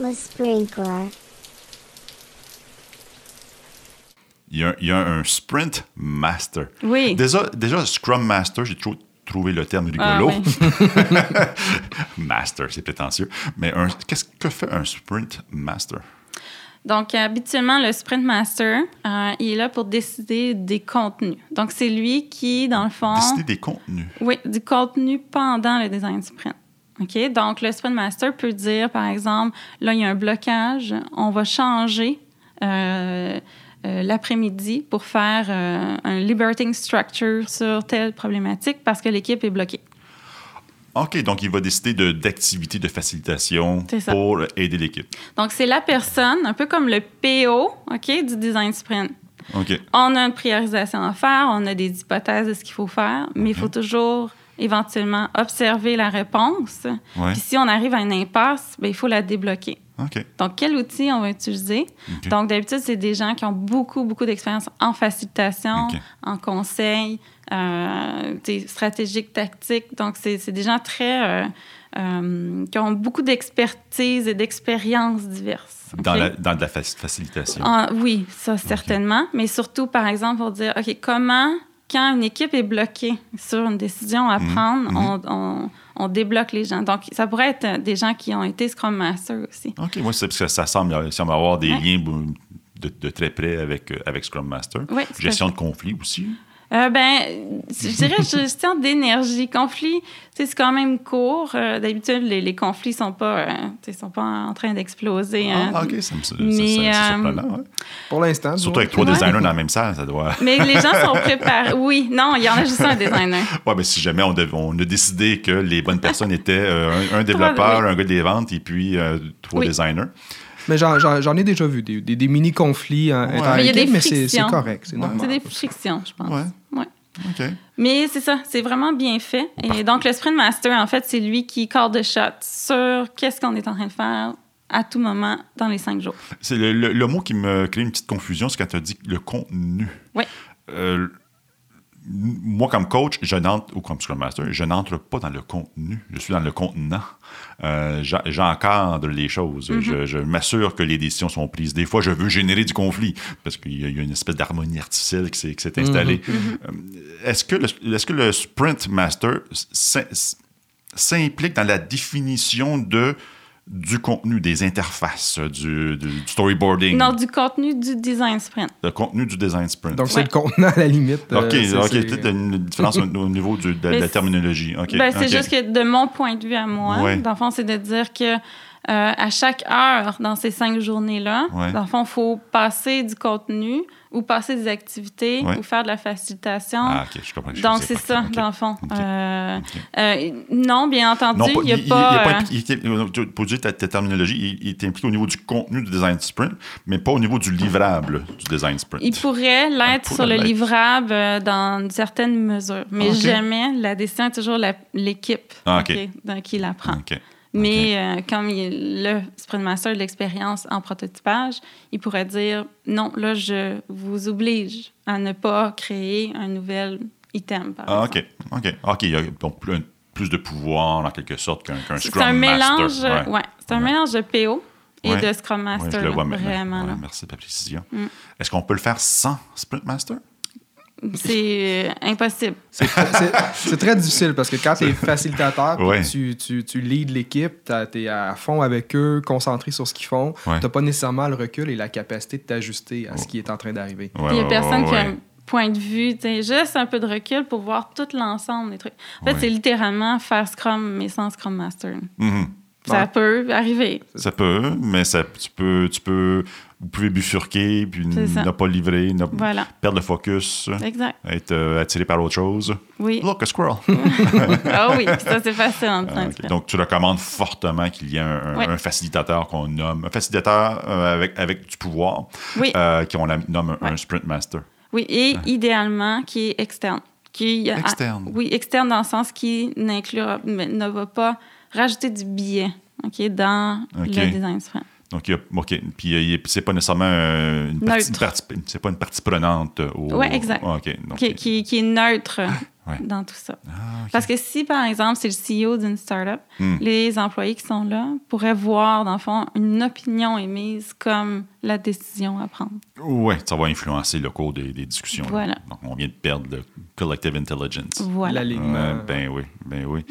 Le sprinkler. Il y, a, il y a un Sprint Master. Oui. Déjà, déjà Scrum Master, j'ai toujours trouvé le terme rigolo. Ah, master, c'est prétentieux. Mais un- qu'est-ce que fait un Sprint Master? Donc, euh, habituellement, le Sprint Master, euh, il est là pour décider des contenus. Donc, c'est lui qui, dans le fond... Décider des contenus. Oui, du contenu pendant le design sprint. OK? Donc, le sprint master peut dire, par exemple, là, il y a un blocage, on va changer euh, euh, l'après-midi pour faire euh, un liberating structure sur telle problématique parce que l'équipe est bloquée. OK, donc il va décider de- d'activités de, facilitation C'est ça. pour aider l'équipe. Donc, c'est la personne, un peu comme le PO OK, du design sprint. OK. On a une priorisation à faire, on a des hypothèses de ce qu'il faut faire, mais il Mhm. faut toujours éventuellement observer la réponse. Ouais. Puis si on arrive à une impasse, ben, il faut la débloquer. OK. Donc, quel outil on va utiliser? OK. Donc, d'habitude, c'est des gens qui ont beaucoup, beaucoup d'expérience en facilitation, OK. en conseil, euh, tu sais, stratégique, tactique. Donc, c'est c'est des gens très... euh, euh, qui ont beaucoup d'expertise et d'expériences diverses. Dans, OK? la, dans de la faci- facilitation. Ah, oui, ça, certainement. Mais surtout, par exemple, pour dire, OK, comment, quand une équipe est bloquée sur une décision à Mhm, prendre, mhm. on, on- on débloque les gens. Donc, ça pourrait être euh, des gens qui ont été Scrum Master aussi. OK, moi, c'est parce que ça semble, semble avoir des Ouais. liens bou- de, de très près avec, euh, avec Scrum Master. Oui, tout à Gestion de conflit aussi. Euh, ben, je dirais gestion d'énergie. Conflit, tu sais, c'est quand même court. Euh, D'habitude, les, les conflits sont pas, euh, tu sais, sont pas en train d'exploser. hein. Ah, OK, ça me ça- ça- mais, ça- c'est euh, surprenant. ouais. Pour l'instant. du Surtout moins. avec trois Ouais. designers dans la même salle, ça doit. Mais les gens sont préparés. Oui, non, il y en a juste un designer. Ouais, mais si jamais on, dev- on a décidé que les bonnes personnes étaient euh, un, un développeur, oui. un gars des ventes et puis euh, trois Oui. designers. Mais j'en- j'en j'en ai déjà vu des, des- des mini-conflits euh, Ouais. inter- Mais il y a des mais c'est c'est frictions. correct. C'est C'est normal. des frictions, je pense. Ouais. Ouais. OK. Mais c'est ça, c'est vraiment bien fait. Et donc, le Sprint Master, en fait, c'est lui qui corde de shot sur qu'est-ce qu'on est en train de faire à tout moment dans les cinq jours. C'est le, le- le mot qui me crée une petite confusion, c'est quand tu as dit le contenu. Oui. Euh, moi, comme coach, je n'entre, ou comme Scrum Master, je n'entre pas dans le contenu. Je suis dans le contenant. Euh, j'a- J'encadre les choses. Mm-hmm. Je, je m'assure que les décisions sont prises. Des fois, je veux générer du conflit parce qu'il y a, il y a une espèce d'harmonie artificielle qui s'est, qui s'est Mm-hmm. installée. Mhm. Euh, Est-ce, que le, est-ce que le Sprint Master s'im- s'implique dans la définition de, du contenu, des interfaces, du, du- du storyboarding, Non, du contenu du design sprint. le contenu du design sprint? Donc, c'est Ouais. le contenant à la limite. euh, OK, c'est- OK, c'est- peut-être une différence au, au niveau du- de, Mais la c'est- terminologie. OK. Ben, c'est OK. juste que de mon point de vue à moi, Ouais. dans le fond, c'est de dire que euh, à chaque heure dans ces cinq journées-là, Ouais. dans le fond, il faut passer du contenu ou passer des activités Ouais. ou faire de la facilitation. Ah, OK, je comprends. Donc, c'est ça, dans le fond. OK. Euh, OK. euh, non, bien entendu, Non, pas- il n'y a il- il- pas. il est euh, pas impli- il était- euh, pour dire ta, ta terminologie, il, il est impliqué au niveau du contenu du design sprint, mais pas au niveau du livrable du design sprint. Il pourrait l'être pourrait sur le l'être. livrable euh, dans une certaine mesure, mais Ok. jamais la décision est toujours la- l'équipe Ah, ok. Mm, ok, dans qui la prend. OK. Mais euh, comme il, le Sprint Master a de l'expérience en prototypage, il pourrait dire non, là, je vous oblige à ne pas créer un nouvel item. Par Ah, exemple. OK. OK. OK, il y a donc plus, un- plus de pouvoir, en quelque sorte, qu'un qu'un C'est Scrum un Master. mélange, euh, ouais, c'est un Ouais. mélange de PO et Ouais. de Scrum Ouais, Master. je le là, vois maintenant. Vraiment. Ouais, là. merci de ta précision. Mm. Est-ce qu'on peut le faire sans Sprint Master? C'est euh, impossible. C'est c'est- c'est très difficile parce que quand tu es facilitateur, puis Ouais. tu, tu, tu leads l'équipe, tu es à fond avec eux, concentré sur ce qu'ils font, Ouais. Oh. tu n'as pas nécessairement le recul et la capacité de t'ajuster à ce qui est en train d'arriver. Ouais, Puis il n'y a ouais, personne ouais, qui a ouais. un point de vue, tu sais, juste un peu de recul pour voir tout l'ensemble des trucs. En fait, Ouais. c'est littéralement faire Scrum, mais sans Scrum Master. Mhm. Ça Ouais. peut arriver. Ça peut, mais ça, tu peux, tu peux, vous pouvez bifurquer, puis C'est ça. ne pas livrer, ne- Voilà, perdre le focus, exact. être euh, attiré par autre chose. Oui. Look, a squirrel! Ah oui, ça, c'est facile en Ah, train de ok. faire. Donc, tu recommandes fortement qu'il y ait un, un- Ouais. un facilitateur qu'on nomme, un facilitateur euh, avec, avec du pouvoir, Oui. euh, qu'on la- nomme un, Ouais. un sprint master. Oui, et idéalement, qui est externe. Qui, Externe. Ah, oui, externe dans le sens qui n'inclura, mais ne va pas rajouter du billet ok, dans Ok. le design sprint. Donc, il y a- OK. Puis, euh, il est- c'est pas nécessairement euh, une partie, Neutre. partie- c'est pas une partie prenante. euh, Au, Ouais, exact. Ah, OK. Donc, Qui, qui- qui est neutre Ouais. dans tout ça. Ah, ok. Parce que si, par exemple, c'est le CEO d'une startup, Hmm. les employés qui sont là pourraient voir, dans le fond, une opinion émise comme la décision à prendre. Oui, ça va influencer le cours des, des discussions. là. Voilà. Donc, on vient de perdre le collective intelligence. Voilà. Mm. L'alignement. Euh, ben oui, ben oui.